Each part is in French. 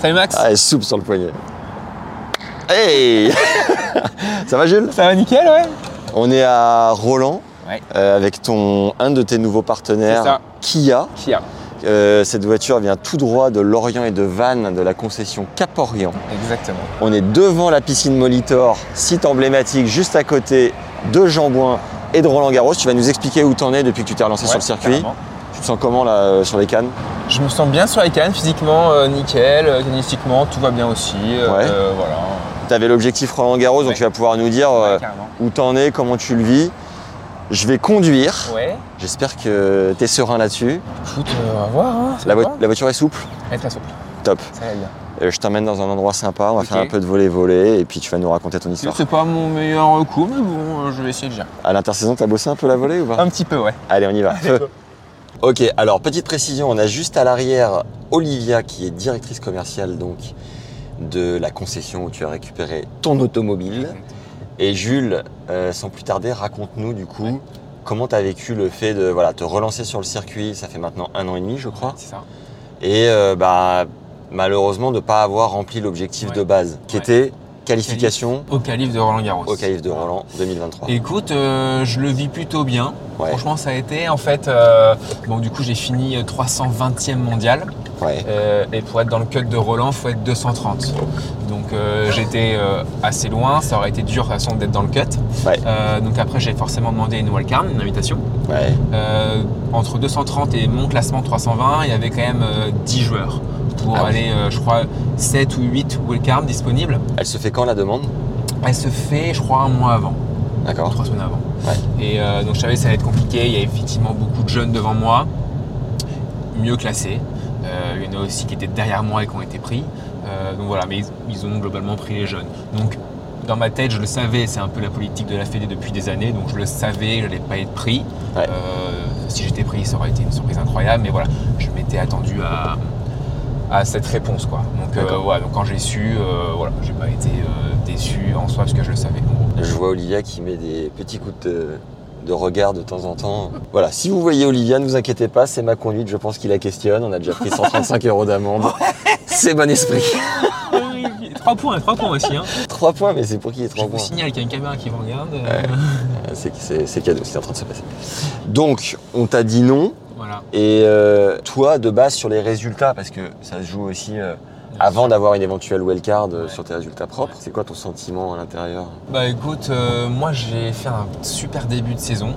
Salut Max Ah, elle soupe sur le poignet. Hey Ça va Jules Ça va nickel, ouais On est à Roland Ouais. euh, avec ton un de tes nouveaux C'est ça. partenaires, Kia. Kia, Euh, cette voiture vient tout droit de Lorient et de Vannes, de la concession Cap-Orient. exactement. On est devant la piscine Molitor, site emblématique juste à côté de Jambouin et de Roland Garros. Tu vas nous expliquer où t'en es depuis que tu t'es relancé sur Ouais, le circuit. carrément. Tu te sens comment là euh, sur les cannes Je me sens bien sur les cannes, physiquement euh, nickel, euh, tennistiquement tout va bien aussi. euh, Ouais. euh, voilà. Tu avais l'objectif Roland Garros, donc Ouais. tu vas pouvoir nous dire euh, Ouais, carrément. où t'en es, comment tu le vis. Je vais conduire. Ouais. J'espère que t'es serein là-dessus. Écoute, euh, on va voir. Hein, ça La, va. voi- la voiture est souple Elle est très souple, Top. ça va bien. Euh, je t'emmène dans un endroit sympa, on va Ok. faire un peu de volet-volet et puis tu vas nous raconter ton histoire. C'est pas mon meilleur coup, mais bon, euh, je vais essayer de gérer. À l'intersaison, t'as bossé un peu la volée ou pas Un petit peu, ouais. Allez, on y va. Feu. ok, alors petite précision, on a juste à l'arrière Olivia qui est directrice commerciale donc de la concession où tu as récupéré ton Mhm. automobile. Et Jules, euh, sans plus tarder, raconte-nous du coup comment t'as vécu le fait de voilà, te relancer sur le circuit, ça fait maintenant un an et demi je crois. C'est ça. et euh, bah, malheureusement de ne pas avoir rempli l'objectif Ouais. de base qui Ouais. était qualification Au calife de Roland Garros. au calife de Roland 2023. Écoute, euh, je le vis plutôt bien. Ouais. Franchement, ça a été en fait. euh, bon, du coup, j'ai fini euh, 320e mondial. Ouais. Euh, et pour être dans le cut de Roland, faut être 230. Donc euh, j'étais euh, assez loin, ça aurait été dur de toute façon d'être dans le cut. Ouais. Euh, donc après j'ai forcément demandé une wildcard, une invitation. ouais. Euh, entre 230 et mon classement 320, il y avait quand même euh, 10 joueurs pour Ah oui. aller, euh, je crois, 7 ou 8 wildcards disponibles. Elle se fait quand la demande Elle se fait, je crois, un mois avant ou D'accord. trois semaines avant. Ouais. Et euh, donc je savais que ça allait être compliqué. Il y a effectivement beaucoup de jeunes devant moi, mieux classés. Euh, il y en a aussi qui étaient derrière moi et qui ont été pris. Euh, donc voilà, mais ils, ils ont globalement pris les jeunes. Donc dans ma tête, je le savais, c'est un peu la politique de la Fédé depuis des années, donc je le savais, je n'allais pas être pris. Ouais. Euh, si j'étais pris, ça aurait été une surprise incroyable, mais voilà, je m'étais attendu à, à cette réponse. Quoi. Donc, euh, D'accord. voilà, donc quand j'ai su, euh, voilà, j'ai pas été euh, déçu en soi parce que je le savais. en gros. Je vois Olivia qui met des petits coups de, de regard de temps en temps. Voilà, si vous voyez Olivia, ne vous inquiétez pas, c'est ma conduite, je pense qu'il la questionne. On a déjà pris 135 euros d'amende. C'est bon esprit. 3 points, 3 points aussi. Hein. 3 points, mais c'est pour qui les Je 3 vous points signale qu'il y a une caméra qui vous regarde. euh, C'est- C'est c'est cadeau, c'est en train de se passer. Donc, on t'a dit non. Voilà. Et euh, toi, de base, sur les résultats, parce que ça se joue aussi euh, avant d'avoir une éventuelle wildcard euh, Ouais. sur tes résultats propres, c'est quoi ton sentiment à l'intérieur Bah écoute, euh, moi j'ai fait un super début de saison.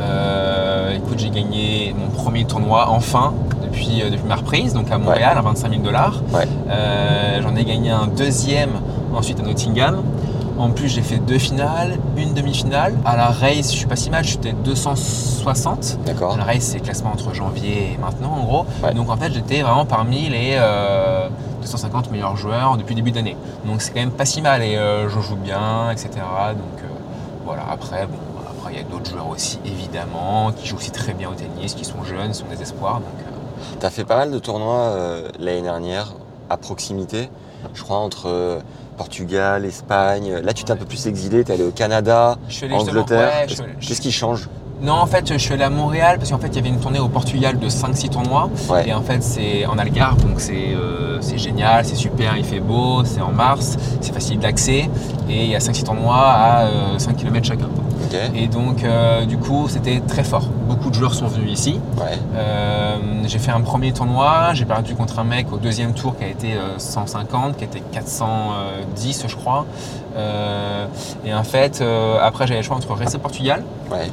Euh, écoute, j'ai gagné mon premier tournoi enfin depuis, euh, depuis ma reprise, donc à Montréal, à 25 000 dollars. Euh, Ouais. J'en ai gagné un deuxième ensuite à Nottingham. En plus, j'ai fait deux finales, une demi-finale. À la race, je suis pas si mal, j'étais 260. D'accord Le race, c'est le classement entre janvier et maintenant, en gros. Ouais. Donc, en fait, j'étais vraiment parmi les euh, 250 meilleurs joueurs depuis le début d'année. Donc, c'est quand même pas si mal et euh, je joue bien, etc. Donc, euh, voilà. Après, bon, après, il y a d'autres joueurs aussi, évidemment, qui jouent aussi très bien au tennis, qui sont jeunes, sont des espoirs. Donc, euh, T'as fait pas mal de tournois euh, l'année dernière à proximité, je crois, entre euh, Portugal, Espagne. Là, tu t'es un peu plus exilé, t'es allé au Canada, je suis allé justement- ouais, Angleterre. je suis allé- je- Qu'est-ce qui change Non, en fait, je suis allé à Montréal parce qu'en fait, il y avait une tournée au Portugal de 5-6 tournois. Ouais. Et en fait, c'est en Algarve, donc c'est euh, c'est génial, c'est super, il fait beau, c'est en mars, c'est facile d'accès. Et il y a 5-6 tournois à euh, 5 km chacun. Ok. Et donc, euh, du coup, c'était très fort. Beaucoup de joueurs sont venus ici. Ouais. Euh, j'ai fait un premier tournoi, j'ai perdu contre un mec au deuxième tour qui a été euh, 150, qui était 410, je crois. Euh, et en fait, euh, après, j'avais le choix entre rester au Portugal Ouais.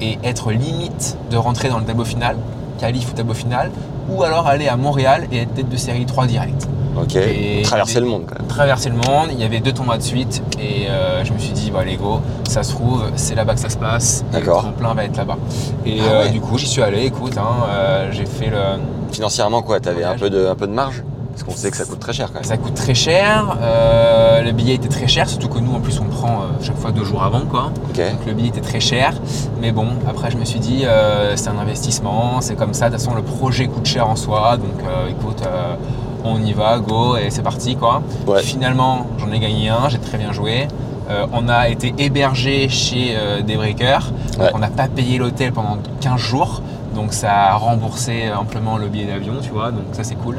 et être limite de rentrer dans le tableau final, qualif ou tableau final, ou alors aller à Montréal et être tête de série 3 direct. Ok. Et- Traverser le monde quand même. Traverser le monde, il y avait deux tournois de suite et euh, je me suis dit, bah, allez go, ça se trouve, c'est là-bas que ça se passe. et D'accord. Le tremplin va être là-bas. Et Ah euh, ouais. du coup, j'y suis allé, écoute, hein, euh, j'ai fait le. Financièrement, quoi T'avais un Voyage. peu, de, un peu de marge Parce qu'on sait que ça coûte très cher quand même. Ça coûte très cher, euh, le billet était très cher, surtout que nous en plus on prend euh, chaque fois deux jours avant quoi. Ok. Donc le billet était très cher, mais bon, après je me suis dit euh, c'est un investissement, c'est comme ça, de toute façon le projet coûte cher en soi, donc euh, écoute, euh, on y va, go et c'est parti quoi. Ouais. Finalement j'en ai gagné un, j'ai très bien joué. Euh, on a été hébergé chez euh, des breakers, donc Ouais. on n'a pas payé l'hôtel pendant 15 jours, donc ça a remboursé euh, amplement le billet d'avion, tu vois, donc ça c'est cool.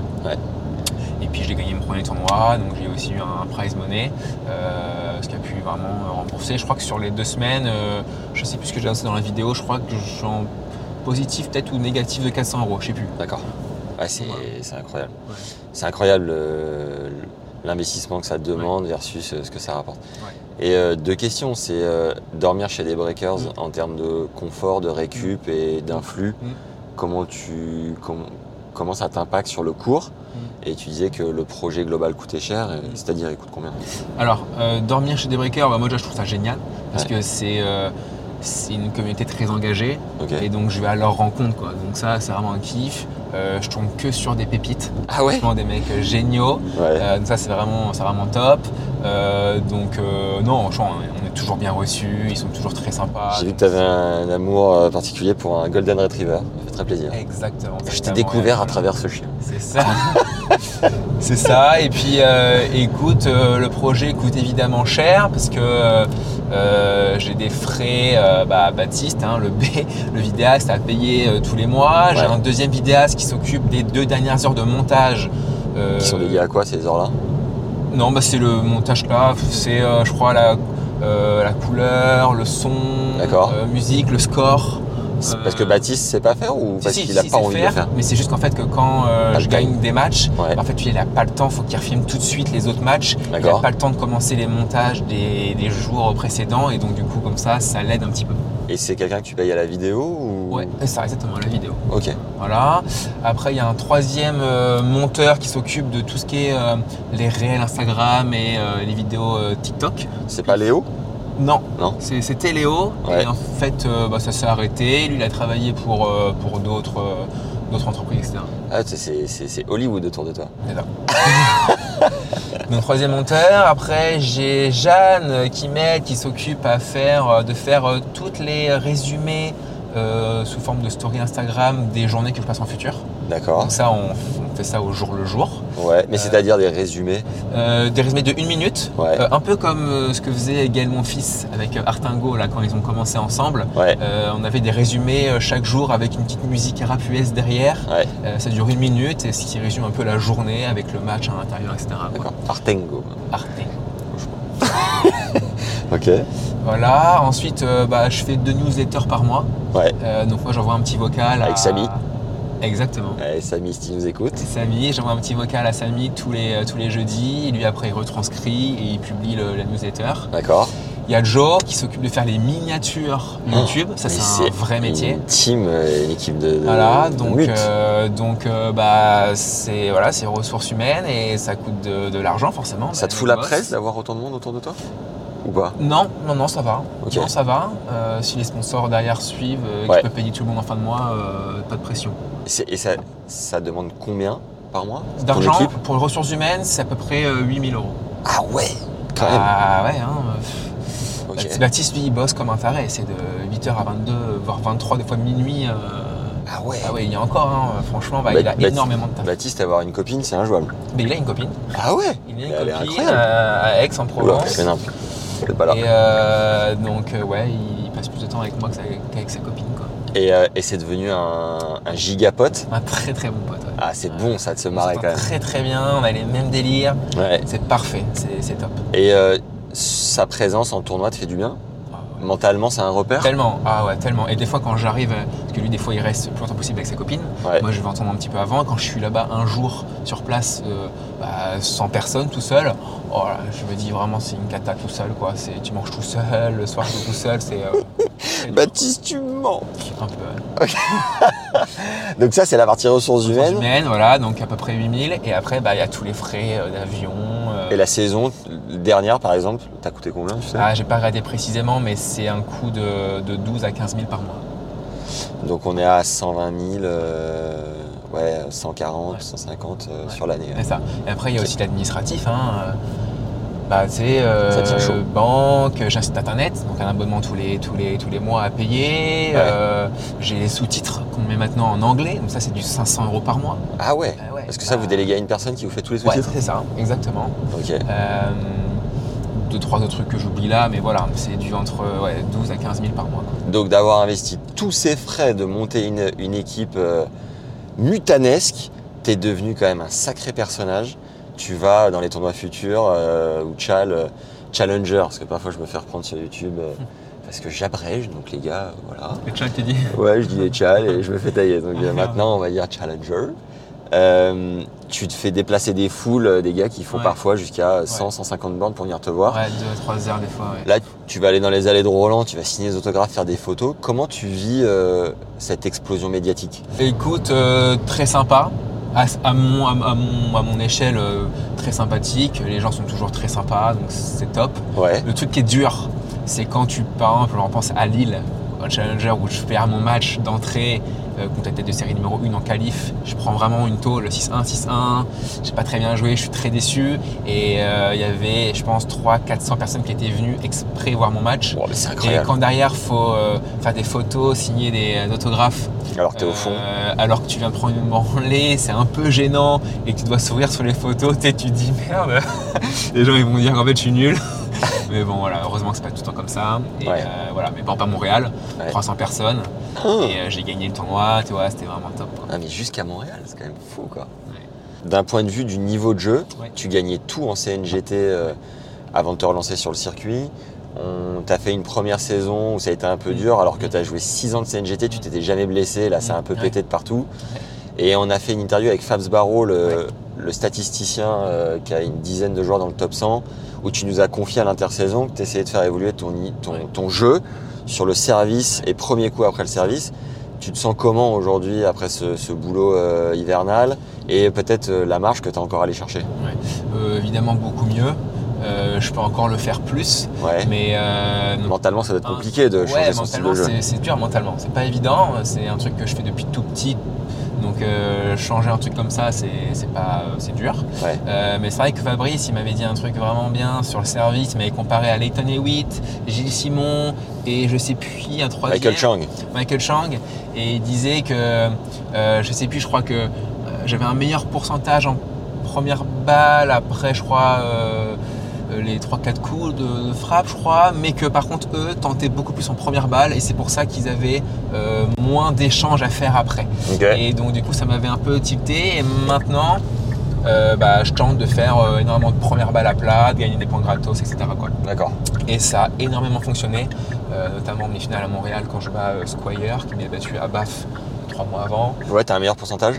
Et puis j'ai gagné mon premier tournoi, donc j'ai aussi eu un, un prize money, euh, ce qui a pu vraiment euh, rembourser. Je crois que sur les deux semaines, euh, je sais plus ce que j'ai lancé dans la vidéo, je crois que je suis en positif peut-être ou négatif de 400 euros, je sais plus. D'accord. Ouais, c'est Voilà. c'est incroyable. Ouais. C'est incroyable euh, l'investissement que ça demande versus euh, ce que ça rapporte. Et euh, deux questions, c'est euh, dormir chez des breakers Mm. en termes de confort, de récup et d'influx. Mm. Comment tu com- comment ça t'impacte sur le cours Et tu disais que le projet global coûtait cher, et- Mm. c'est-à-dire il coûte combien Alors, euh, dormir chez des breakers, bah, moi déjà, je trouve ça génial parce Ouais. que c'est euh, c'est une communauté très engagée Ok. et donc je vais à leur rencontre quoi. Donc ça, c'est vraiment un kiff. Euh, je tombe que sur des pépites, Ah ouais. vraiment des mecs euh, géniaux. Ouais. Euh, donc ça c'est vraiment, c'est vraiment top. Euh, donc euh, non, je crois, on on est toujours bien reçus, ils sont toujours très sympas. J'ai vu que tu avais un amour euh, particulier pour un golden retriever. Ça fait très plaisir. Exactement. Je t'ai exactement, découvert ouais, à travers ce chien. C'est ça. c'est ça. Et puis euh, écoute, euh, le projet coûte évidemment cher parce que euh, j'ai des frais, euh, bah, Baptiste, hein, le B, le vidéaste à payer euh, tous les mois. J'ai Ouais. un deuxième vidéaste qui s'occupe des deux dernières heures de montage. euh, Qui sont dédiés à quoi ces heures-là Non, bah, c'est le montage là, c'est euh, je crois la, euh, la couleur, le son, D'accord. euh, musique, le score. C'est Euh, Parce que Baptiste sait pas faire ou si, parce si, qu'il a si, pas c'est envie de faire, le faire Ah, Mais c'est juste qu'en fait que quand euh, Pas le je time. gagne des matchs, Ouais. Bah, en fait lui il a pas le temps, faut qu'il refilme tout de suite les autres matchs. Il n'a D'accord. pas le temps de commencer les montages des, des jours précédents et donc du coup comme ça ça l'aide un petit peu. Et c'est quelqu'un que tu payes à la vidéo ou Ouais, c'est ça exactement la vidéo. Ok. Voilà. Après, il y a un troisième euh, monteur qui s'occupe de tout ce qui est euh, les réels Instagram et euh, les vidéos euh, TikTok. C'est pas Léo Non. Non. C'est- C'était Léo. Ouais. Et en fait, euh, bah, ça s'est arrêté. Lui, il a travaillé pour, euh, pour d'autres euh, d'autres entreprises, etc. Ah, c'est- c'est c'est- c'est Hollywood autour de toi. Donc, troisième monteur. Après, j'ai Jeanne euh, qui m'aide, qui s'occupe à faire, euh, de faire euh, toutes les résumés euh, sous forme de story Instagram des journées que je passe en futur. D'accord. Donc, ça, on, on fait ça au jour le jour. Ouais, mais Euh, c'est-à-dire des résumés. Euh, des résumés de une minute. Ouais. Euh, un peu comme euh, ce que faisait Gaël mon fils avec euh, Artingo là quand ils ont commencé ensemble. Ouais. Euh, on avait des résumés euh, chaque jour avec une petite musique rap US derrière. Ouais. Euh, ça dure une minute et ce qui résume un peu la journée avec le match à l'intérieur, etc. quoi. D'accord. Artengo. Arte. Ok. Voilà. Ensuite, euh, bah, je fais deux newsletters par mois. Ouais. Euh, donc moi j'envoie un petit vocal à- Avec Samy. Exactement. Allez, Samy, si tu nous écoutes. C'est Samy, j'envoie un petit vocal à Samy tous les, euh, tous les jeudis, lui après il retranscrit et il publie le- la newsletter. D'accord. Il y a Joe qui s'occupe de faire les miniatures YouTube, ça Ah, Mais c'est un vrai métier. Une team, euh, une équipe de. de- Voilà, de donc mutes. euh, donc euh, bah c'est voilà, c'est ressources humaines et ça coûte de, de l'argent forcément. Ça Bah, te nos fout la boss. presse d'avoir autant de monde autour de toi Ou pas Non, non, non, ça va. Ok. Non, ça va. Euh, si les sponsors derrière suivent, euh, Ouais. tu peux payer tout le monde en fin de mois, euh, pas de pression. Et c'est- Et ça, ça demande combien par mois pour D'argent l'équipe pour, les ressources humaines, c'est à peu près 8000 euros. Ah ouais Quand même. Ah ouais, hein. euh, pff. Ok. Baptiste- Baptiste, lui, il bosse comme un taré. C'est de 8h à 22, voire 23, des fois minuit. euh, Ah ouais. Ah oui, il y a encore, hein. franchement, bah, Bah- il a bah- énormément de taf. Baptiste, avoir une copine, c'est injouable. Mais il a une copine. Ah ouais Il a une Mais elle est copine incroyable. euh, à Oula, Aix-en-Provence. mais non. C'est pas là. Et euh, donc, euh, ouais, il passe plus de temps avec moi que sa- qu'avec sa copine. Quoi. Et, euh, et c'est devenu un, un gigapote. Un très très bon pote. ouais. Ah, c'est Ouais. bon ça de se On marrer s'entend quand même. Très très bien, on a les mêmes délires. Ouais. C'est parfait, c'est c'est top. Et euh, sa présence en tournoi te fait du bien Ah ouais. Mentalement, c'est un repère Tellement, ah ouais, tellement. Et des fois, quand j'arrive, euh, parce que lui, des fois, il reste le plus longtemps possible avec sa copine. Ouais. Moi, je vais entendre un petit peu avant. Quand je suis là-bas un jour sur place, euh, bah, sans personne, tout seul, oh là, je me dis vraiment, c'est une cata tout seul, quoi. C'est, tu manges tout seul, le soir, t'es tout seul, c'est euh, Baptiste, tu mens. un peu. euh, Donc ça, c'est la partie ressources ressources humaines. humaines, voilà, donc à peu près 8000. Et après, bah, il y a tous les frais euh, d'avion. euh, Et la saison dernière, par exemple, t'as coûté combien tu sais ah, j'ai pas regardé précisément, mais c'est un coût de, de 12 000 à 15 000 par mois. Donc on est à 120 000, euh, ouais, 140, 150 euh, Ouais. sur l'année. ouais. C'est ça. Et après, il y a aussi l'administratif. Hein. euh, Bah, tu sais, euh, Ça tient chaud. banque, j'ai un site internet, donc un abonnement tous les, tous les, tous les mois à payer. Ouais. euh, j'ai les sous-titres qu'on met maintenant en anglais, donc ça, c'est du 500 euros par mois. Ah ouais Ah ouais, Parce que ça, bah, vous déléguez à une personne qui vous fait tous les Ouais, sous-titres c'est ça, exactement. Ok. Euh, deux, trois autres trucs que j'oublie là, mais voilà, c'est du entre euh, ouais, 12 à 15 000 par mois. quoi. Donc d'avoir investi tous ces frais de monter une, une équipe euh, mutanesque, t'es devenu quand même un sacré personnage. Tu vas dans les tournois futurs euh, ou Chal, euh, Challenger, parce que parfois je me fais reprendre sur YouTube euh, parce que j'abrège, donc les gars, euh, voilà. Et Chad, t'es dit Ouais, je dis les Chal et je me fais tailler. Donc euh, maintenant, on va dire Challenger. Euh, tu te fais déplacer des foules, euh, des gars qui font Ouais. parfois jusqu'à 100, 150 bandes pour venir te voir. Ouais, 2 3 heures des fois. ouais. Là, tu vas aller dans les allées de Roland, tu vas signer des autographes, faire des photos. Comment tu vis euh, cette explosion médiatique Écoute, euh, très sympa. À, à mon, à, à mon, à mon échelle, euh, très sympathique. Les gens sont toujours très sympas, donc c'est top. Ouais. Le truc qui est dur, c'est quand tu, par exemple, on pense à Lille, un challenger où je perds mon match d'entrée euh, contre la tête de série numéro 1 en qualif. Je prends vraiment une tôle 6-1, 6-1. J'ai pas très bien joué, je suis très déçu. Et euh, il y avait, je pense, 300-400 personnes qui étaient venues exprès voir mon match. Wow, mais c'est Et incroyable. quand derrière, faut euh, faire des photos, signer des autographes. Alors que t'es au fond. Euh, alors que tu viens de prendre une branlée, c'est un peu gênant et que tu dois sourire sur les photos, tu sais, tu te dis merde. les gens ils vont dire qu'en fait je suis nul. mais bon voilà, heureusement que c'est pas tout le temps comme ça. Et Ouais. euh, voilà, mais bon pas Montréal, Ouais. 300 personnes. Hum. Et euh, j'ai gagné le tournoi, tu vois, c'était vraiment top. quoi. Ah, mais jusqu'à Montréal, c'est quand même fou, quoi. D'un point de vue du niveau de jeu, Ouais. tu gagnais tout en CNGT euh, avant de te relancer sur le circuit. On t'a fait une première saison où ça a été un peu Mm. dur, alors que tu as joué 6 ans de CNGT, tu t'étais jamais blessé, là ça a un peu Mmh, Ouais. pété de partout. Et on a fait une interview avec Fabs Barrault, le, le statisticien euh, qui a une dizaine de joueurs dans le top 100, où tu nous as confié à l'intersaison que tu essayais de faire évoluer ton, i- ton, Ouais. ton jeu sur le service et premier coup après le service. Tu te sens comment aujourd'hui après ce, ce boulot euh, hivernal et peut-être euh, la marche que tu as encore allé chercher Euh, évidemment beaucoup mieux. Euh, je peux encore le faire plus, Ouais. mais euh, donc, Mentalement, ça doit être Hein. compliqué de changer ouais, son style mentalement, de jeu. c'est- c'est dur mentalement. C'est pas évident. C'est un truc que je fais depuis tout petit. Donc euh, changer un truc comme ça, c'est c'est pas euh, c'est dur. Ouais. Euh, mais c'est vrai que Fabrice, il m'avait dit un truc vraiment bien sur le service. Il m'avait comparé à Leighton Hewitt, Gilles Simon et je sais plus un troisième. Michael Chang, Michael Chang et il disait que euh, je sais plus, je crois que euh, j'avais un meilleur pourcentage en première balle après je crois euh, euh, les 3-4 coups de, de frappe je crois mais que par contre eux tentaient beaucoup plus en première balle et c'est pour ça qu'ils avaient euh, moins d'échanges à faire après Ok. et donc du coup ça m'avait un peu tilté et maintenant euh, bah, je tente de faire euh, énormément de première balle à plat de gagner des points gratos etc quoi. d'accord. Et ça a énormément fonctionné, euh, notamment en demi-finale à Montréal quand je bats euh, Squire qui m'avait battu à BAF trois mois avant. Ouais, t'as un meilleur pourcentage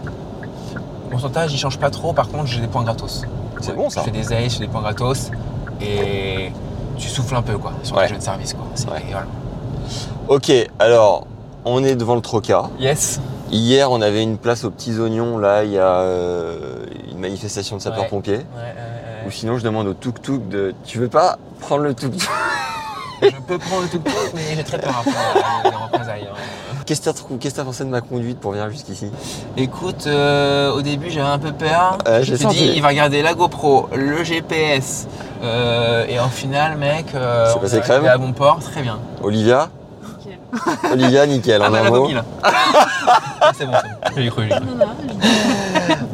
Mon pourcentage il change pas trop, par contre j'ai des points gratos. C'est Ouais, bon ça. Je fais des ailes, je fais des points gratos et tu souffles un peu quoi sur Ouais. les jeux de service quoi. C'est- Ouais. voilà. Ok, alors, on est devant le Troca. Yes, Hier, on avait une place aux petits oignons. Là, il y a euh, une manifestation de sapeurs-pompiers. ouais, euh, Ou sinon, je demande au tuk-tuk de. Tu veux pas prendre le tuk-tuk euh, je peux prendre le tout court mais j'ai très peur après euh, des représailles. hein. Qu'est-ce que t'as trou- qu'est-ce que t'as pensé de ma conduite pour venir jusqu'ici Écoute, euh, au début j'avais un peu peur. Euh, je j'ai me suis senti. dit, il va regarder la GoPro, le GPS. euh, et en final, mec, euh, C'est on passé est crème arrivé à bon port, très bien. Olivia Nickel. Olivia, nickel, ah, en bah, un la mot. vomi, là. Ah, c'est bon, c'est bon. J'ai cru, j'ai cru. Non, non, je-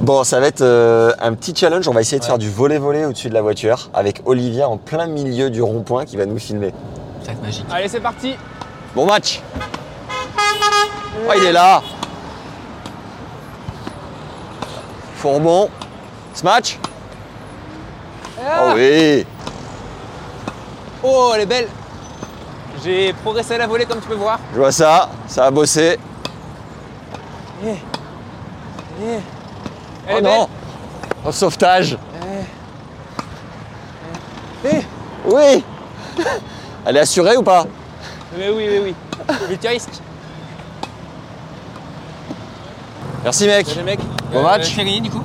Bon, ça va être euh, un petit challenge. On va essayer de Ouais. faire du volet-volet au-dessus de la voiture avec Olivia en plein milieu du rond-point qui va nous filmer. Ça va être magique. Allez, c'est parti. Bon match Oh, il est là Fourbon Smash Ah. Oh oui Oh, elle est belle. J'ai progressé à la volée, comme tu peux voir. Je vois ça, ça a bossé. Eh. Eh. oh Eh ben. non Au sauvetage Eh. Eh. Oui Elle est assurée ou pas Mais Eh oui, mais oui. Multi-risque. Merci mec Salut mec. Euh, Bon match Tu as gagné du coup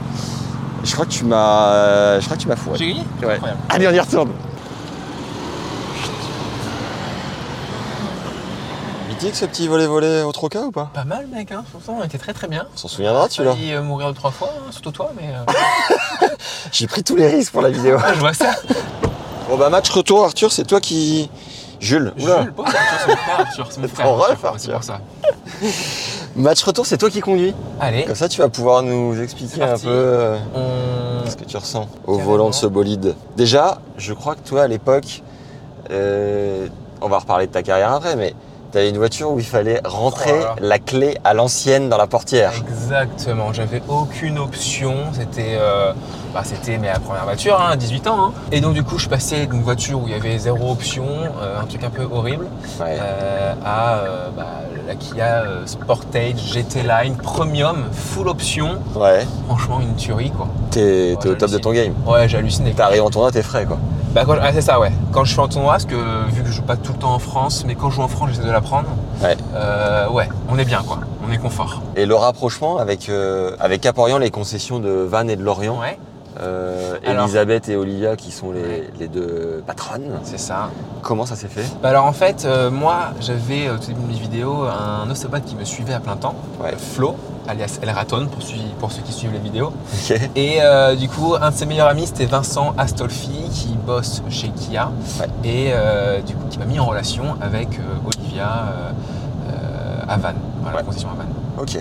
Je crois que tu m'as. euh, Je crois que tu m'as fourré. J'ai gagné Ouais. Incroyable. Allez, on y retourne. Mythique ce petit volet-volet au troca ou pas Pas mal mec, hein. franchement, on était très très bien. On s'en souviendra Tu celui-là as mourir trois fois, hein, surtout toi, mais euh, J'ai pris tous les risques pour la vidéo. je vois ça. bon bah match retour Arthur, c'est toi qui. Jules, oula. Jules, pauvre Arthur, c'est mon frère, Arthur, c'est mon C'est frère. ton ref, C'est Arthur. pour ça. Match retour, c'est toi qui conduis. Allez, Comme ça tu vas pouvoir nous expliquer C'est un parti. peu euh, on. ce que tu ressens au Carrément. volant de ce bolide. Déjà, je crois que toi à l'époque, euh, on va reparler de ta carrière après, mais t'avais une voiture où il fallait rentrer Oh là là. la clé à l'ancienne dans la portière. Exactement, j'avais aucune option, c'était euh, bah, c'était ma première voiture, hein, 18 ans. hein. Et donc du coup je passais d'une voiture où il y avait zéro option, euh, un truc un peu horrible, Ouais. euh, à euh, bah, la Kia euh, Sportage GT Line Premium, full option, Ouais, franchement une tuerie quoi. t'es t'es au top de j'hallucine. ton game. Ouais j'hallucinais. T'arrives en tournoi, t'es frais quoi. Bah, quand je- ah, c'est ça, ouais. Quand je suis en tournoi, parce que vu que je joue pas tout le temps en France, mais quand je joue en France, j'essaie de la prendre. Ouais. Euh, ouais, on est bien, quoi. On est confort. Et le rapprochement avec, euh, avec Caporian, les concessions de Vannes et de Lorient, Ouais, euh, Alors- Elisabeth et Olivia qui sont les, Ouais. les deux patronnes, c'est ça. comment ça s'est fait Bah, alors, en fait, euh, moi, j'avais, euh, au tout début de mes vidéos, un ostéopathe qui me suivait à plein temps, Ouais. Flo, alias El Raton, pour, suivi- pour ceux qui suivent les vidéos. Ok. Et euh, du coup, un de ses meilleurs amis, c'était Vincent Astolfi, qui bosse chez Kia, Ouais. et euh, du coup, qui m'a mis en relation avec euh, Olivia euh, euh, à Vannes, voilà, Ouais. concession à Vannes. Ok.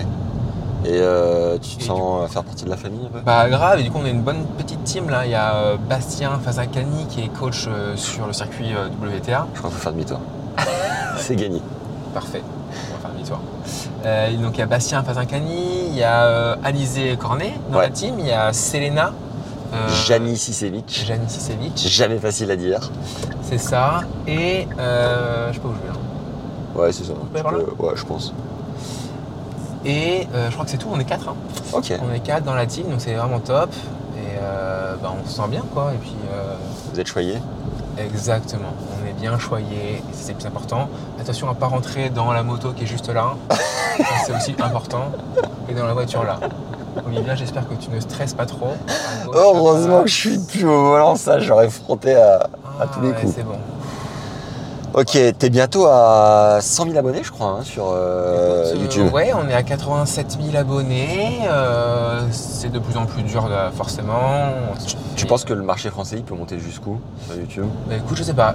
Et euh, tu te Et sens faire partie de la famille un peu Bah grave, et du coup on a une bonne petite team là, il y a euh, Bastien Fazacani qui est coach euh, sur le circuit euh, WTA. Je crois qu'il faut faire demi-tour. C'est gagné. Parfait, on va faire demi-tour. Euh, donc il y a Bastien Fazacani, il y a euh, Alizé Cornet dans Ouais. la team, il y a Selena. euh, Jani Sisevic. Jani Sisevic, Jamais facile à dire. c'est ça. Et euh, je sais pas où je vais là. Ouais, c'est ça. peut aller par là Euh, ouais, je pense. Et euh, je crois que c'est tout, on est quatre. hein. Ok. On est quatre dans la team, donc c'est vraiment top. Et euh, bah, on se sent bien quoi. Et puis euh, Vous êtes choyés Exactement, on est bien choyé, c'est le plus important. Attention à pas rentrer dans la moto qui est juste là, c'est aussi important, et dans la voiture là. Olivia, j'espère que tu ne stresses pas trop. À gauche, Oh, Heureusement à- que je suis plus au volant, ça j'aurais fronté à. à Ah, tous les ouais, coups. C'est bon. Ok, t'es bientôt à 100 000 abonnés, je crois, hein, sur euh, Écoute, euh, YouTube. ouais, on est à 87 000 abonnés, euh, c'est de plus en plus dur là, forcément. Tu penses que le marché français il peut monter jusqu'où sur YouTube Bah, Écoute, je sais pas,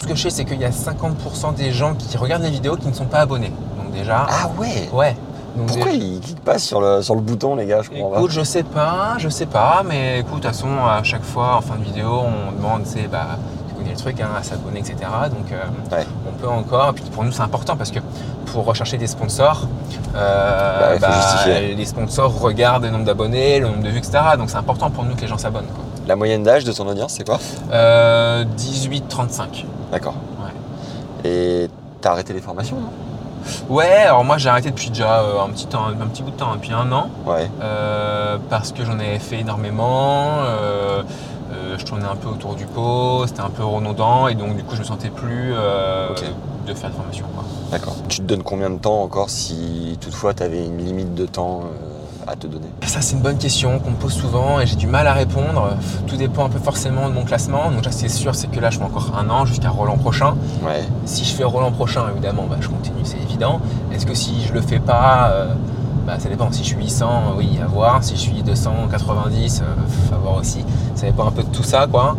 ce que je sais, c'est qu'il y a 50% des gens qui regardent les vidéos qui ne sont pas abonnés. Donc déjà, Ah ouais ouais. Donc, Pourquoi déjà- ils cliquent pas sur le, sur le bouton, les gars Je comprends Écoute, je sais pas, je sais pas, mais écoute, de toute façon, à chaque fois, en fin de vidéo, on demande, tu sais, bah, tu connais le truc, hein, à s'abonner, etc. Donc, euh, Ouais. on peut encore. Et puis, pour nous, c'est important parce que pour rechercher des sponsors, euh, Ouais, Bah, faut justifier. les sponsors regardent le nombre d'abonnés, le nombre de vues, etc. Donc, c'est important pour nous que les gens s'abonnent. quoi. pas. La moyenne d'âge de ton audience, c'est quoi Euh, 18-35. D'accord. Et t'as arrêté les formations, non Ouais, alors moi, j'ai arrêté depuis déjà euh, un petit temps, un petit bout de temps, hein, depuis un an. Ouais. Euh, parce que j'en avais fait énormément. euh, euh, je tournais un peu autour du pot, c'était un peu redondant et donc du coup je me sentais plus euh, Ok. de faire de formation. quoi. D'accord. Tu te donnes combien de temps encore si toutefois tu avais une limite de temps euh, à te donner Ça c'est une bonne question qu'on me pose souvent et j'ai du mal à répondre. Tout dépend un peu forcément de mon classement. Donc là c'est sûr c'est que là je fais encore un an jusqu'à Roland prochain. Ouais. Si je fais Roland prochain évidemment bah, je continue c'est évident. Est-ce que si je le fais pas euh, bah, ça dépend, si je suis 800, euh, oui, à voir. Si je suis 290, euh, pff, à voir aussi. Ça dépend un peu de tout ça, quoi.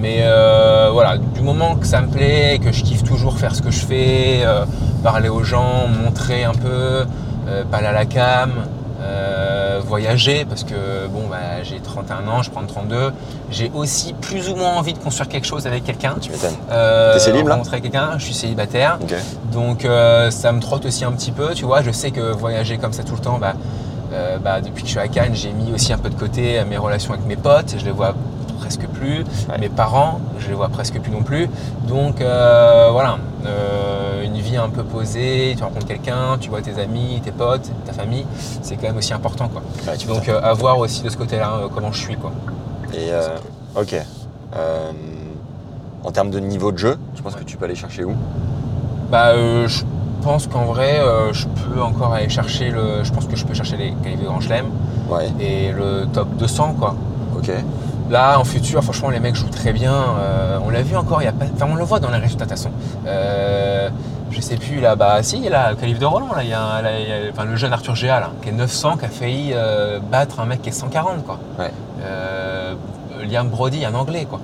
Mais euh, voilà, du moment que ça me plaît, que je kiffe toujours faire ce que je fais, euh, parler aux gens, montrer un peu, euh, parler à la cam, euh, voyager, parce que bon, bah, j'ai 31 ans, je prends 32. J'ai aussi plus ou moins envie de construire quelque chose avec quelqu'un. Tu m'étonnes. Euh, T'es célib, là rencontrer quelqu'un, je suis célibataire. Ok. Donc euh, ça me trotte aussi un petit peu, tu vois. Je sais que voyager comme ça tout le temps, bah, euh, bah, depuis que je suis à Cannes, j'ai mis aussi un peu de côté euh, mes relations avec mes potes, je les vois presque plus. Mes parents, je les vois presque plus non plus. Donc euh, voilà, euh, une vie un peu posée, tu rencontres quelqu'un, tu vois tes amis, tes potes, ta famille, c'est quand même aussi important quoi. Ouais, Bah, tu Donc euh, à voir aussi de ce côté-là euh, comment je suis quoi. Et euh, ok. Euh, en termes de niveau de jeu, je pense que tu peux aller chercher où Bah, euh, je pense qu'en vrai, euh, je peux encore aller chercher le. Je pense que je peux chercher les qualifiés Grand Chelem Ouais. et le top 200, quoi. Ok. Là, en futur, franchement, les mecs jouent très bien. Euh, on l'a vu encore, il y a pas. Enfin, on le voit dans les résultats, de toute façon. Euh, je sais plus, là, bah, si, là, le calife de Roland, là, il y a, un- là, il y a- enfin, le jeune Arthur Géa, là, qui est 900, qui a failli euh, battre un mec qui est 140, quoi. Ouais. Euh, Liam Brody, un anglais, quoi.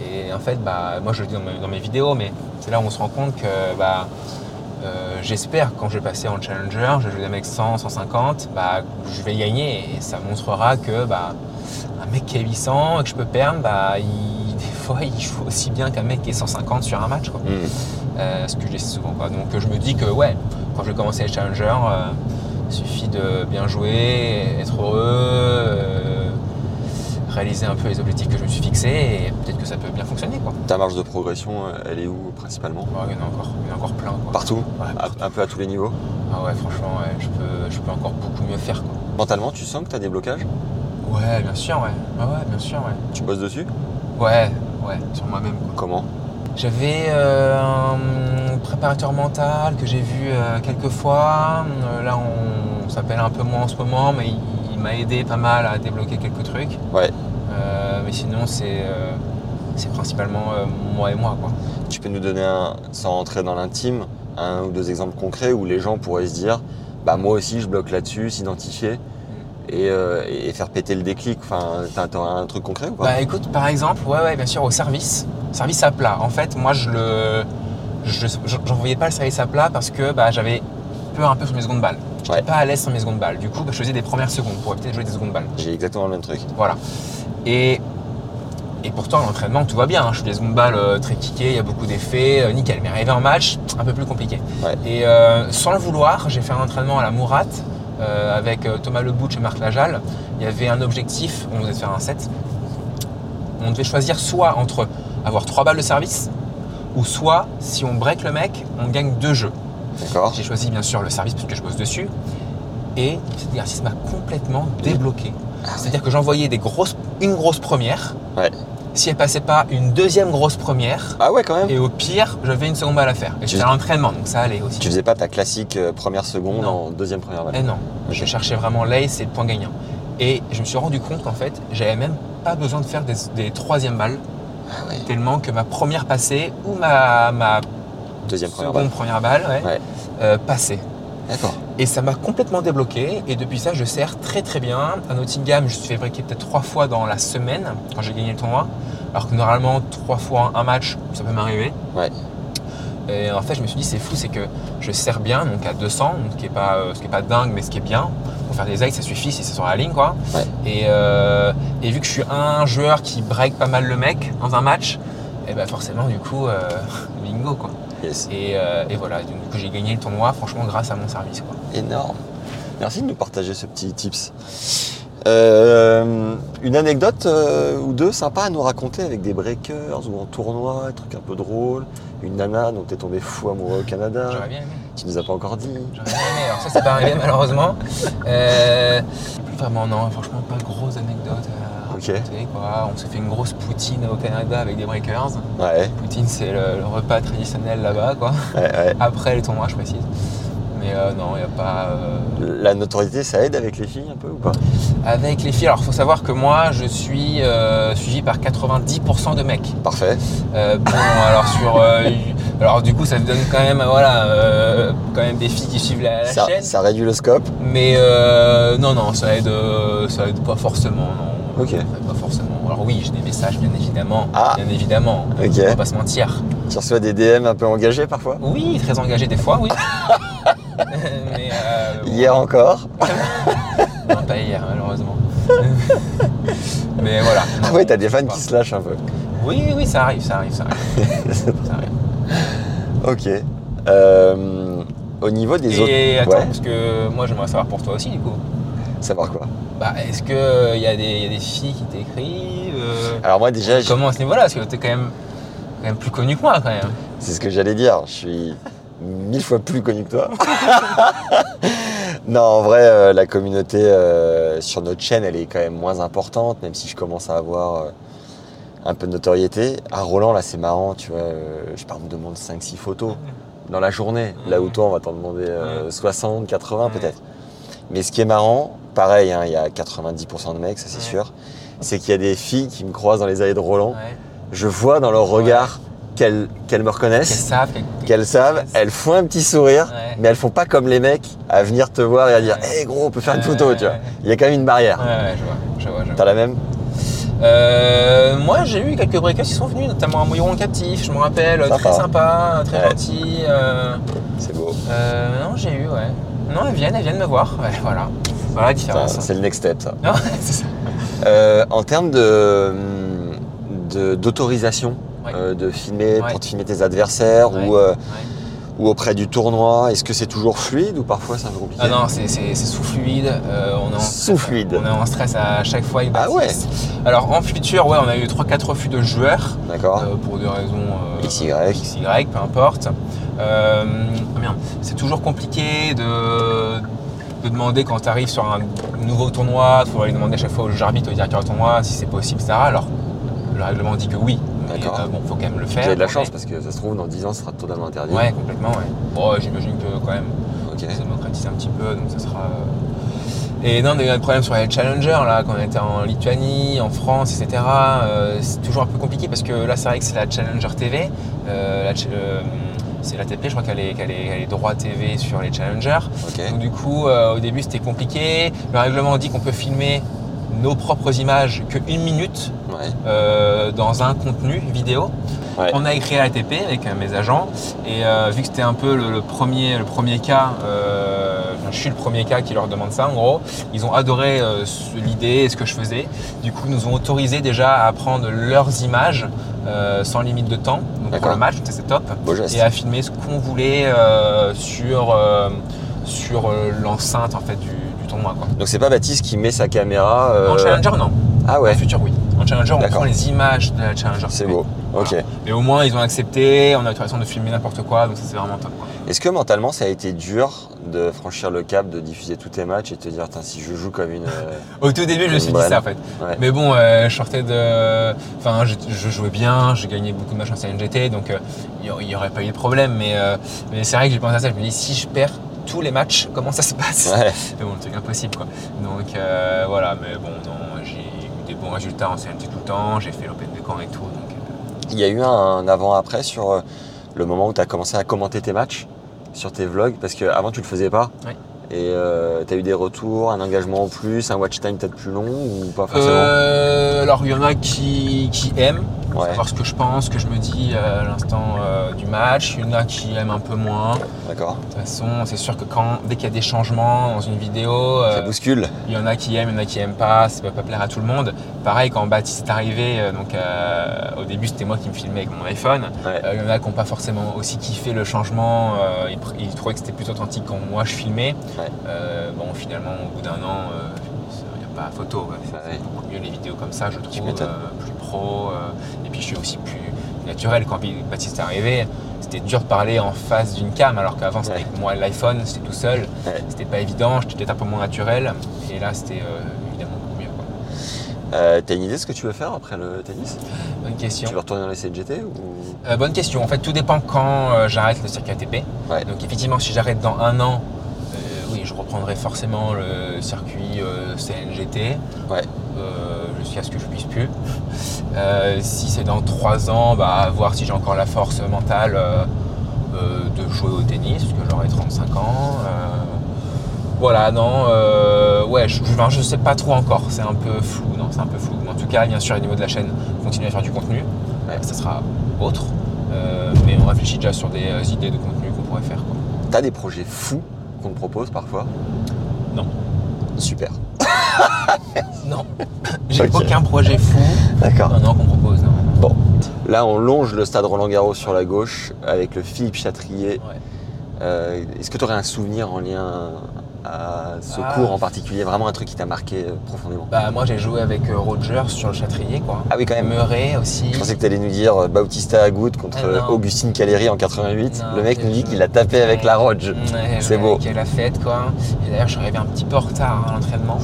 Et en fait, bah, moi, je le dis dans mes, dans mes vidéos, mais c'est là où on se rend compte que, bah, euh, j'espère, quand je vais passer en challenger, je vais jouer des mecs 100, 150, bah, je vais gagner et ça montrera que, bah, un mec qui est 800 et que je peux perdre, bah, il- des fois, il joue aussi bien qu'un mec qui est 150 sur un match, quoi. Hmm. Euh, ce que j'ai souvent. Quoi. Donc euh, je me dis que ouais, quand je vais commencer les challengers, euh, suffit de bien jouer, être heureux, euh, réaliser un peu les objectifs que je me suis fixés et peut-être que ça peut bien fonctionner. Quoi. Ta marge de progression, euh, elle est où principalement Ouais, il, y en a encore, il y en a encore plein. Quoi. Partout Ouais, Un- partout. Un peu à tous les niveaux Ah ouais, franchement, ouais, je, peux, je peux encore beaucoup mieux faire. Quoi. Mentalement, tu sens que tu as des blocages Ouais, bien sûr, ouais. Ah ouais, bien sûr, ouais. Tu bosses dessus Ouais, ouais, sur moi-même. quoi. Comment J'avais euh, un préparateur mental que j'ai vu euh, quelques fois. Euh, là, on, on s'appelle un peu moins en ce moment, mais il, il m'a aidé pas mal à débloquer quelques trucs. Ouais. Euh, mais sinon, c'est euh, c'est principalement euh, moi et moi. Quoi. Tu peux nous donner, un, sans entrer dans l'intime, un ou deux exemples concrets où les gens pourraient se dire bah moi aussi je bloque là-dessus, s'identifier et, euh, et faire péter le déclic. Enfin, t'as t'auras un truc concret ou pas Bah écoute, par exemple, ouais, ouais, bien sûr, au service. Service à plat. En fait, moi, je le. je- je- J'envoyais pas le service à plat parce que bah, j'avais peur un peu sur mes secondes balles. J'étais Ouais. pas à l'aise sur mes secondes balles. Du coup, bah, je faisais des premières secondes pour éviter de jouer des secondes balles. J'ai exactement le même truc. Voilà. Et, et pourtant, à l'entraînement, tout va bien. hein. Je fais des secondes balles euh, très kickées, il y a beaucoup d'effets, euh, nickel. Mais arrivé en match, un peu plus compliqué. Ouais. Et euh, sans le vouloir, j'ai fait un entraînement à la Mourat euh, avec euh, Thomas Lebouch et Marc Lajal. Il y avait un objectif, on devait faire un set. On devait choisir soit entre avoir trois balles de service, ou soit, si on break le mec, on gagne deux jeux. D'accord J'ai choisi bien sûr le service parce que je bosse dessus. Et cet exercice m'a complètement débloqué. C'est-à-dire que j'envoyais des grosses, une grosse première. Ah, Ouais. Si elle passait pas, une deuxième grosse première. Ah ouais, quand même Et au pire, j'avais une seconde balle à faire. Et j'étais à l'entraînement, donc ça allait aussi. Tu faisais pas ta classique euh, première seconde Non. en deuxième première balle. Eh non, Ok. je cherchais vraiment l'ace et le point gagnant. Et je me suis rendu compte qu'en fait, j'avais même pas besoin de faire des, des troisièmes balles. Ah ouais. Tellement que ma première passée ou ma, ma Deuxième première Eh, seconde première balle ouais, Ouais. euh, passait. balle. D'accord. Et ça m'a complètement débloqué. Et depuis ça, je sers très très bien. À Nottingham, je me suis fait briquer peut-être trois fois dans la semaine quand j'ai gagné le tournoi. Alors que normalement, trois fois en un match, ça peut m'arriver. Ouais. Et en fait, je me suis dit, c'est fou, c'est que je sers bien, donc à 200, donc ce qui est pas, euh, ce qui est pas dingue, mais ce qui est bien. Pour faire des ailes, ça suffit si c'est sur la ligne, quoi. Ouais. Et, euh, et vu que je suis un joueur qui break pas mal le mec dans un match, et ben forcément, du coup, euh, bingo, quoi. Yes. Et, euh, et voilà, donc du coup, j'ai gagné le tournoi, franchement, grâce à mon service, quoi. Énorme. Merci de nous partager ce petit tips. Euh, une anecdote euh, ou deux sympa à nous raconter avec des breakers ou en tournoi, un truc un peu drôle. Une nana dont t'es tombé fou amoureux au Canada. J'aurais bien aimé. Tu nous as pas encore dit. J'aurais bien aimé. Alors ça, c'est pas arrivé malheureusement. Euh, plus vraiment, non, franchement, pas de grosses anecdotes à Ok. raconter, quoi. On s'est fait une grosse poutine au Canada avec des breakers. Ouais, Poutine, c'est le, le repas traditionnel là-bas, quoi. ouais, ouais. Après le tournoi, je précise. Mais euh, non, il n'y a pas... euh, La notoriété, ça aide avec les filles un peu ou pas Avec les filles, alors faut savoir que moi, je suis euh, suivi par 90% de mecs. Parfait. Euh, bon, alors sur... euh, alors du coup, ça me donne quand même, voilà, euh, quand même des filles qui suivent la, la Ça, chaîne. ça réduit le scope. Mais euh, non, non, ça aide, euh, ça aide pas forcément. non. Ok. Pas forcément. Alors oui, j'ai des messages, bien évidemment. Ah. Bien évidemment. Ok. On va pas se mentir. Tu reçois des DM un peu engagés parfois Oui, très engagé des fois, oui. Mais euh, bon, Hier encore. non, pas hier, malheureusement. Mais voilà. Ah ouais, t'as des fans qui se lâchent un peu. Oui, oui, ça arrive, ça arrive, ça arrive. ça arrive. Ok. Euh, au niveau des autres. Et attends, Ouais, parce que moi j'aimerais savoir pour toi aussi, du coup. savoir quoi Bah, est-ce qu'il y, a des- y a des filles qui t'écrivent euh, Alors moi déjà, je- Comment à ce niveau-là Parce que t'es quand même, quand même plus connu que moi, quand même. c'est ce que j'allais dire. Je suis mille fois plus connu que toi. non, en vrai, euh, la communauté euh, sur notre chaîne, elle est quand même moins importante, même si je commence à avoir euh, un peu de notoriété. À Roland, là, c'est marrant, tu vois. euh, je pars, on me demande 5-6 photos dans la journée. Là où toi, on va t'en demander euh, 60, 80 Ouais. peut-être. Mais ce qui est marrant, pareil, hein, il y a 90% de mecs, ça c'est Ouais. sûr, c'est qu'il y a des filles qui me croisent dans les allées de Roland. Ouais. Je vois dans leur regard qu'elles qu'elles me Qu'elles reconnaissent, savent. Qu'elles, qu'elles savent, elles font un petit sourire, Ouais. mais elles font pas comme les mecs à venir te voir et à dire Ouais. Hé gros, on peut faire une Ouais, photo, ouais, tu vois. ouais. Il y a quand même une barrière. Ouais, ouais, je vois, je vois, je vois. T'as la même Euh, moi, j'ai eu quelques breakers qui sont venus, notamment un Mouilleron Captif, je me rappelle, Sympa. très sympa, très Ouais. gentil. euh, C'est beau. euh, non, j'ai eu, ouais. Non, elles viennent, elles viennent me voir. Ouais, voilà. Voilà la Ça, différence. C'est le next step, ça. Non, c'est ça. Euh, en termes de, de- d'autorisation Ouais. euh, de filmer, Ouais. pour te filmer tes adversaires ou, Ouais, euh, ouais. ou auprès du tournoi, est-ce que c'est toujours fluide ou parfois c'est un peu compliqué Ah non, c'est c'est- c'est sous fluide. euh, on est en Sous fluide. On est en stress à chaque fois. avec Ah Baptiste. Alors en futur, ouais, on a eu 3-4 refus de joueurs D'accord. euh, pour des raisons euh, XY. XY, peu importe. Euh, ah merde, c'est toujours compliqué de, de demander quand tu arrives sur un nouveau tournoi, il faudrait lui demander à chaque fois au juge arbitre, au directeur de tournoi si c'est possible, etc. Alors le règlement dit que oui. mais, D'accord. euh, bon, faut quand même le Vous faire. avez de la mais- chance parce que ça se trouve dans 10 ans, ce sera totalement interdit. Ouais, complètement, ouais. Bon, j'imagine que quand même Ok. se démocratise un petit peu, donc ça sera. euh, Et non, on a eu un problème sur les challengers là, quand on était en Lituanie, en France, etc. Euh, c'est toujours un peu compliqué parce que là, c'est vrai que c'est la Challenger TV. euh, la ch- euh, c'est la TP, je crois qu'elle est, qu'elle est, elle est droit TV sur les challengers. Ok. Donc du coup, euh, au début, c'était compliqué. Le règlement dit qu'on peut filmer nos propres images que une minute Ouais. euh, dans un contenu vidéo. Ouais. On a écrit à l'ATP avec euh, mes agents et euh, vu que c'était un peu le, le premier, le premier cas, euh, enfin, je suis le premier cas qui leur demande ça en gros, ils ont adoré euh, ce- l'idée et ce que je faisais. Du coup, ils nous ont autorisé déjà à prendre leurs images euh, sans limite de temps donc pour D'accord. le match, donc ça, c'est top, Beau geste. et à filmer ce qu'on voulait euh, sur, euh, sur euh, l'enceinte en fait du, du tournoi. Quoi. Donc c'est pas Baptiste qui met sa caméra. euh, En challenger, non. Ah En ouais. futur, oui. En challenger, on D'accord. prend les images de la challenger. C'est Oui. beau. Ok. Voilà. Mais au moins, ils ont accepté, on a l'autorisation de filmer n'importe quoi, donc ça c'est vraiment top. quoi. Est-ce que mentalement ça a été dur de franchir le cap, de diffuser tous tes matchs et de te dire, Tain, si je joue comme une. euh, Au tout début, je me suis dit Ouais. ça en fait. Ouais. Mais bon, euh, je sortais de. Enfin, je, je jouais bien, j'ai gagné beaucoup de matchs en CNGT, donc euh, il n'y aurait pas eu de problème. Mais, euh, mais c'est vrai que j'ai pensé à ça, je me dis si je perds tous les matchs, comment ça se passe Ouais. Mais bon, le truc impossible quoi. Donc euh, voilà, mais bon, non, j'ai eu des bons résultats en CNGT tout le temps, j'ai fait l'Open de Caen et tout. Donc, euh, Il y a eu un avant-après sur euh, le moment où tu as commencé à commenter tes matchs sur tes vlogs, parce qu'avant tu le faisais pas. Ouais. Et tu as eu des retours, un engagement en plus, un watch time peut-être plus long ou pas forcément Euh, alors il y en a qui, qui aiment Ouais. savoir ce que je pense, ce que je me dis euh, à l'instant euh, du match. Il y en a qui aiment un peu moins. De D'accord. toute façon, c'est sûr que quand, dès qu'il y a des changements dans une vidéo, Ça euh, bouscule. il y en a qui aiment, il y en a qui aiment pas. Ça peut pas plaire à tout le monde. Pareil quand Baptiste est arrivé, euh, donc euh, au début c'était moi qui me filmais avec mon iPhone. Ouais. Euh, Il y en a qui n'ont pas forcément aussi kiffé le changement. euh, ils, pr- ils trouvaient que c'était plus authentique quand moi je filmais. Ouais. Euh, bon, finalement, au bout d'un an, euh, il n'y a pas photo. ouais. C'est- Ouais. C'est beaucoup mieux les vidéos comme ça, je trouve. m'étonnes. euh, plus pro. euh, et puis, je suis aussi plus naturel. Quand Baptiste est arrivé, c'était dur de parler en face d'une cam, alors qu'avant, c'était Ouais. avec moi et l'iPhone, c'était tout seul. Ouais. C'était pas évident, j'étais peut-être un peu moins naturel. Et là, c'était euh, évidemment beaucoup mieux. quoi. Euh, t'as une idée de ce que tu veux faire après le tennis Bonne question. Tu veux retourner dans les CGT ou Euh, bonne question. En fait, tout dépend quand euh, j'arrête le circuit ATP. Ouais. Donc, effectivement, si j'arrête dans un an, euh, oui, je reprendrai forcément le circuit euh, CNGT Ouais. euh, jusqu'à ce que je puisse plus. Euh, si c'est dans trois ans, bah, à voir si j'ai encore la force mentale euh, euh, de jouer au tennis, parce que j'aurai 35 ans. euh. voilà, non. euh, euh, ouais, je, je, je sais pas trop encore. C'est un peu flou, non C'est un peu flou. Mais en tout cas, bien sûr, au niveau de la chaîne, continuer à faire du contenu. Ouais. Ça sera autre. Euh, mais on réfléchit déjà sur des euh, idées de contenu qu'on pourrait faire. quoi. T'as des projets fous qu'on te propose parfois Non. Super. Non, j'ai Ok. aucun projet fou. D'accord. Non, non, qu'on propose. Non. Bon, là on longe le stade Roland Garros sur la gauche avec le Philippe Châtrier. Ouais. Euh, Est-ce que tu aurais un souvenir en lien à ce Ah. cours en particulier Vraiment un truc qui t'a marqué euh, profondément Bah, moi, j'ai joué avec euh, Roger sur le Châtrier, quoi. Ah oui, quand même. Murray aussi. Je pensais que tu allais nous dire euh, Bautista Agut contre Ah non. euh, Augustine Caleri en 88. Non, le mec nous je- dit qu'il a tapé avec la Roge. Ouais, Mm. C'est ouais, beau. qu'il y a la fête, quoi. Et d'ailleurs, je suis arrivé un petit peu en retard hein, à l'entraînement,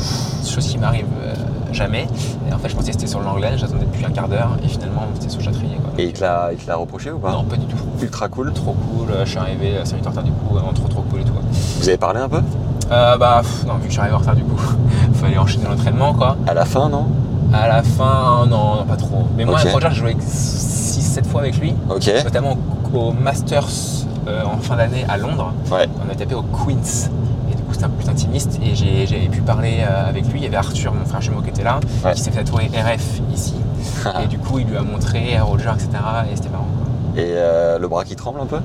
chose qui m'arrive euh, jamais. Et en fait, je pensais que c'était sur l'anglais, j'attendais depuis un quart d'heure, et finalement, c'était sur le Châtrier, quoi. Et il te l'a il te l'a reproché ou pas Non, pas du tout. Ultra cool. Trop cool, euh, je suis arrivé à 5 minutes en retard du coup, euh, non, trop trop cool et tout. quoi. Vous avez parlé un peu Euh, bah, pff, non, vu que je suis arrivé en retard du coup, fallait enchaîner l'entraînement quoi. À la fin, non À la fin, oh non, non, pas trop. Mais moi, Ok. Roger, je jouais 6-7 fois avec lui, Ok. notamment au- au Masters euh, en fin d'année à Londres. Ouais. On a tapé au Queens. Et du coup, c'était un peu plus intimiste. Et j'ai- j'avais pu parler euh, avec lui. Il y avait Arthur, mon frère jumeau, qui était là, Ouais. qui s'est fait tatouer RF ici. et du coup, il lui a montré à Roger, etc. Et c'était marrant. quoi. Et euh, le bras qui tremble un peu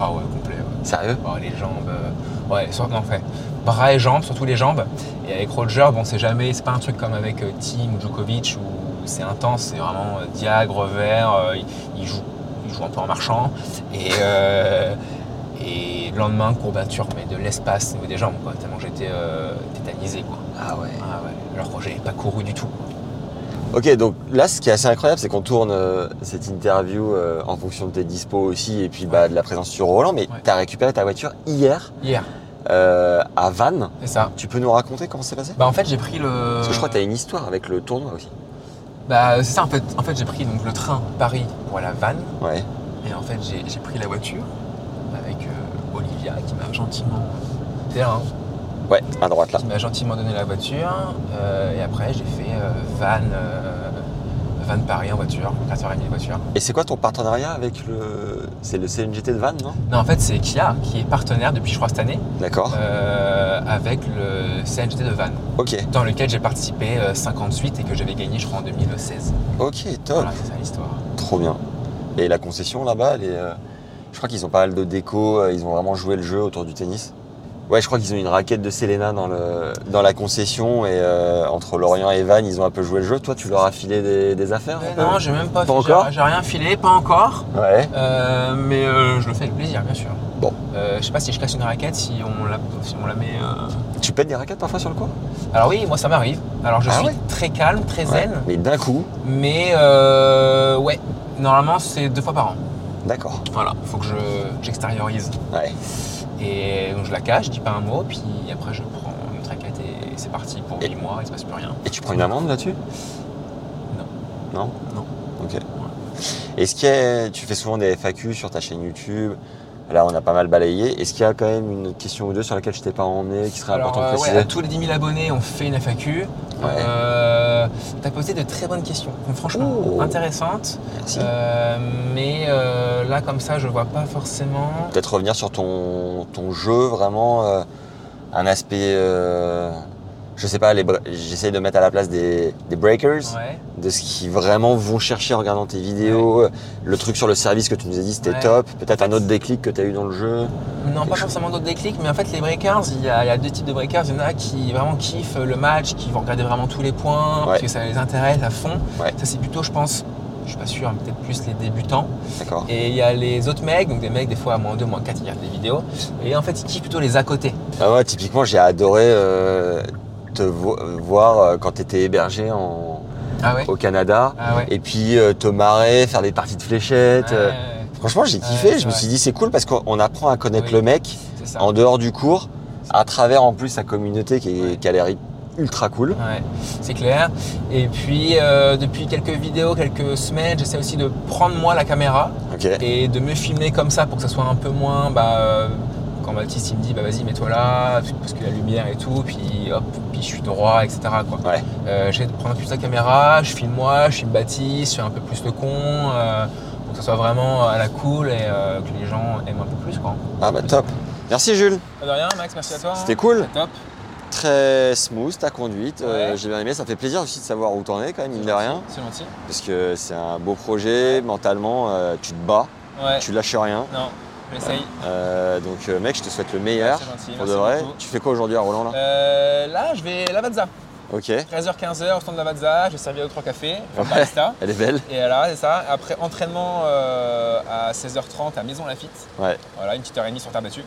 Ah ouais, complet. ouais. Sérieux Oh, les jambes. euh, Ouais, sur- non, fait. Bras et jambes, surtout les jambes. Et avec Roger, bon, c'est jamais. C'est pas un truc comme avec euh, Tim ou Djokovic où c'est intense. C'est vraiment euh, diag, revers. euh, il, il joue, il joue un peu en marchant. Et. euh, et le lendemain, courbature, mais de l'espace au niveau des jambes, quoi, tellement j'étais euh, tétanisé. Quoi. Ah ouais. Ah ouais, alors que j'avais pas couru du tout. Ok, donc là, ce qui est assez incroyable, c'est qu'on tourne euh, cette interview euh, en fonction de tes dispos aussi et puis bah, de la présence sur Roland. Mais Ouais. t'as récupéré ta voiture hier Hier, euh, à Vannes. c'est ça. Tu peux nous raconter comment c'est passé Bah en fait j'ai pris le. Parce que je crois que t'as une histoire avec le tournoi aussi. Bah c'est ça en fait. En fait j'ai pris donc le train Paris pour la Vanne Ouais. et en fait j'ai j'ai pris la voiture avec euh, Olivia qui m'a gentiment. C'est là, hein, Ouais, à droite là. qui m'a gentiment donné la voiture euh, et après j'ai fait euh, Vannes euh, Vannes Paris en voiture, 4h30 de voiture. Et c'est quoi ton partenariat avec le. C'est le CNGT de Vannes, non Non en fait c'est Kia qui est partenaire depuis je crois cette année D'accord. euh, avec le CNGT de Vannes. Ok, dans lequel j'ai participé euh, 58 et que j'avais gagné, je crois, en 2016. ok, top. Voilà, c'est ça l'histoire. Trop bien. Et la concession là-bas, elle est, euh, je crois qu'ils ont pas mal de déco, euh, ils ont vraiment joué le jeu autour du tennis. Ouais, je crois qu'ils ont une raquette de Selena dans, le, dans la concession et euh, entre Lorient et Vannes, ils ont un peu joué le jeu. Toi, tu leur as filé des, des affaires Mais un peu non, j'ai même pas, Ah, Pas fait- j'ai- encore J'ai rien filé, pas encore. Ouais, Euh, mais euh, je le fais avec plaisir, bien sûr. Bon. Euh, je sais pas si je casse une raquette, si on la, si on la met. euh, tu pètes des raquettes parfois sur le cours Alors oui, moi ça m'arrive. Alors je Ah suis ouais très calme, très zen, Mais d'un coup, mais euh, ouais, normalement c'est deux fois par an. d'accord. Voilà, faut que je j'extériorise. Ouais. Et donc je la cache, je dis pas un mot, puis après je prends une autre raquette et c'est parti pour Et- 8 mois, il se passe plus rien. Et tu prends une amende là-dessus Non. Non Non. Ok. Est-ce qu'il y a- tu fais souvent des FAQ sur ta chaîne YouTube Là, on a pas mal balayé. Est-ce qu'il y a quand même une question ou deux sur laquelle je t'ai pas emmené, qui serait Alors, important de euh, ouais, préciser à tous les 10 000 abonnés, on fait une FAQ. Euh, T'as posé de très bonnes questions, donc franchement Oh. intéressantes. Merci. Euh, mais euh, là, comme ça, je vois pas forcément. Peut-être revenir sur ton, ton jeu, vraiment euh, un aspect. euh, je sais pas, les bre- j'essaie de mettre à la place des, des breakers, Ouais. de ce qui vraiment vont chercher en regardant tes vidéos. euh, Le truc sur le service que tu nous as dit, c'était Ouais. top. Peut-être En un fait, autre déclic que tu as eu dans le jeu. Non, pas forcément d'autres déclics, mais en fait, les breakers, il y, a, il y a deux types de breakers. Il y en a qui vraiment kiffent le match, qui vont regarder vraiment tous les points, Ouais. parce que ça les intéresse à fond. Ouais. Ça, c'est plutôt, je pense, je suis pas sûr, hein, peut-être plus les débutants. D'accord Et il y a les autres mecs, donc des mecs, des fois, à moins 2, moins 4, ils regardent des vidéos. Et en fait, ils kiffent plutôt les à côté. Ah ouais, typiquement, j'ai adoré euh, te vo- euh, voir euh, quand tu étais hébergé en- Ah ouais au Canada. Ah ouais. Et puis euh, te marrer, faire des parties de fléchettes. euh. Ouais, Franchement, j'ai Ouais, kiffé. c'est je me vrai. suis dit, c'est cool parce qu'on on apprend à connaître Oui. le mec c'est ça. en dehors du cours, à travers en plus sa communauté qui, est- qui a l'air ultra cool. Ouais, c'est clair. Et puis, euh, depuis quelques vidéos, quelques semaines, j'essaie aussi de prendre moi la caméra Ok. et de me filmer comme ça pour que ça soit un peu moins. Bah, euh, quand Baptiste il me dit, bah vas-y, mets-toi là, parce que la lumière et tout, puis hop, puis je suis droit, etc. Quoi. Ouais. Euh, j'essaie de prendre plus la caméra, je filme moi, je filme Baptiste, je suis un peu plus le con, euh, pour que ça soit vraiment à la cool et euh, que les gens aiment un peu plus. Quoi. Ah bah top. Merci Jules. Pas De rien, Max, merci à toi. hein. C'était cool. Top. très smooth ta conduite. Euh, J'ai bien aimé. Ça fait plaisir aussi de savoir où t'en es quand même, mine de rien. C'est gentil. Parce que c'est un beau projet. Mentalement, euh, tu te bats, Ouais. tu lâches rien. Non, j'essaye. Euh, donc, euh, mec, je te souhaite le meilleur. Ouais, c'est gentil, pour merci de vrai. beaucoup. Tu fais quoi aujourd'hui à Roland là Euh, là, je vais à Lavazza. Ok. Elle 13h-15h au stand de Lavazza. J'ai servi 2-3 cafés. Ouais. Enfin, barista. est belle. Et là, c'est ça. Après, entraînement euh, à 16h30 à Maison Lafitte. Ouais. Voilà, une petite heure et demie sur terre battue.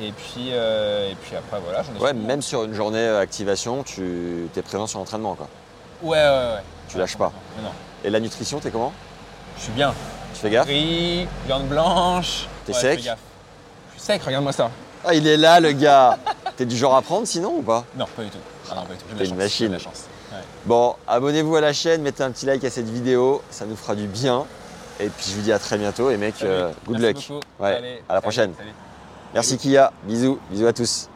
Et puis, euh, et puis après, voilà, j'en ai Ouais, fini. même sur une journée euh, activation, tu es présent sur l'entraînement quoi. Ouais, ouais, ouais. Tu lâches pas. Non, non. Et la nutrition, t'es comment Je suis bien. Tu fais gaffe Riz, viande blanche. Ah. T'es je fais sec gaffe. Je suis sec, regarde-moi ça. Ah, il est là le gars T'es du genre à prendre sinon ou pas Non, pas du tout. Ah non, pas du tout. J'ai de la T'es une chance, machine. j'ai de la chance. Ouais. Bon, abonnez-vous à la chaîne, mettez un petit like à cette vidéo, ça nous fera du bien. Et puis je vous dis à très bientôt et mec, Salut. euh, good Merci luck. beaucoup. Ouais, Allez, à la salut, prochaine. salut. Merci Kia, bisous, bisous à tous.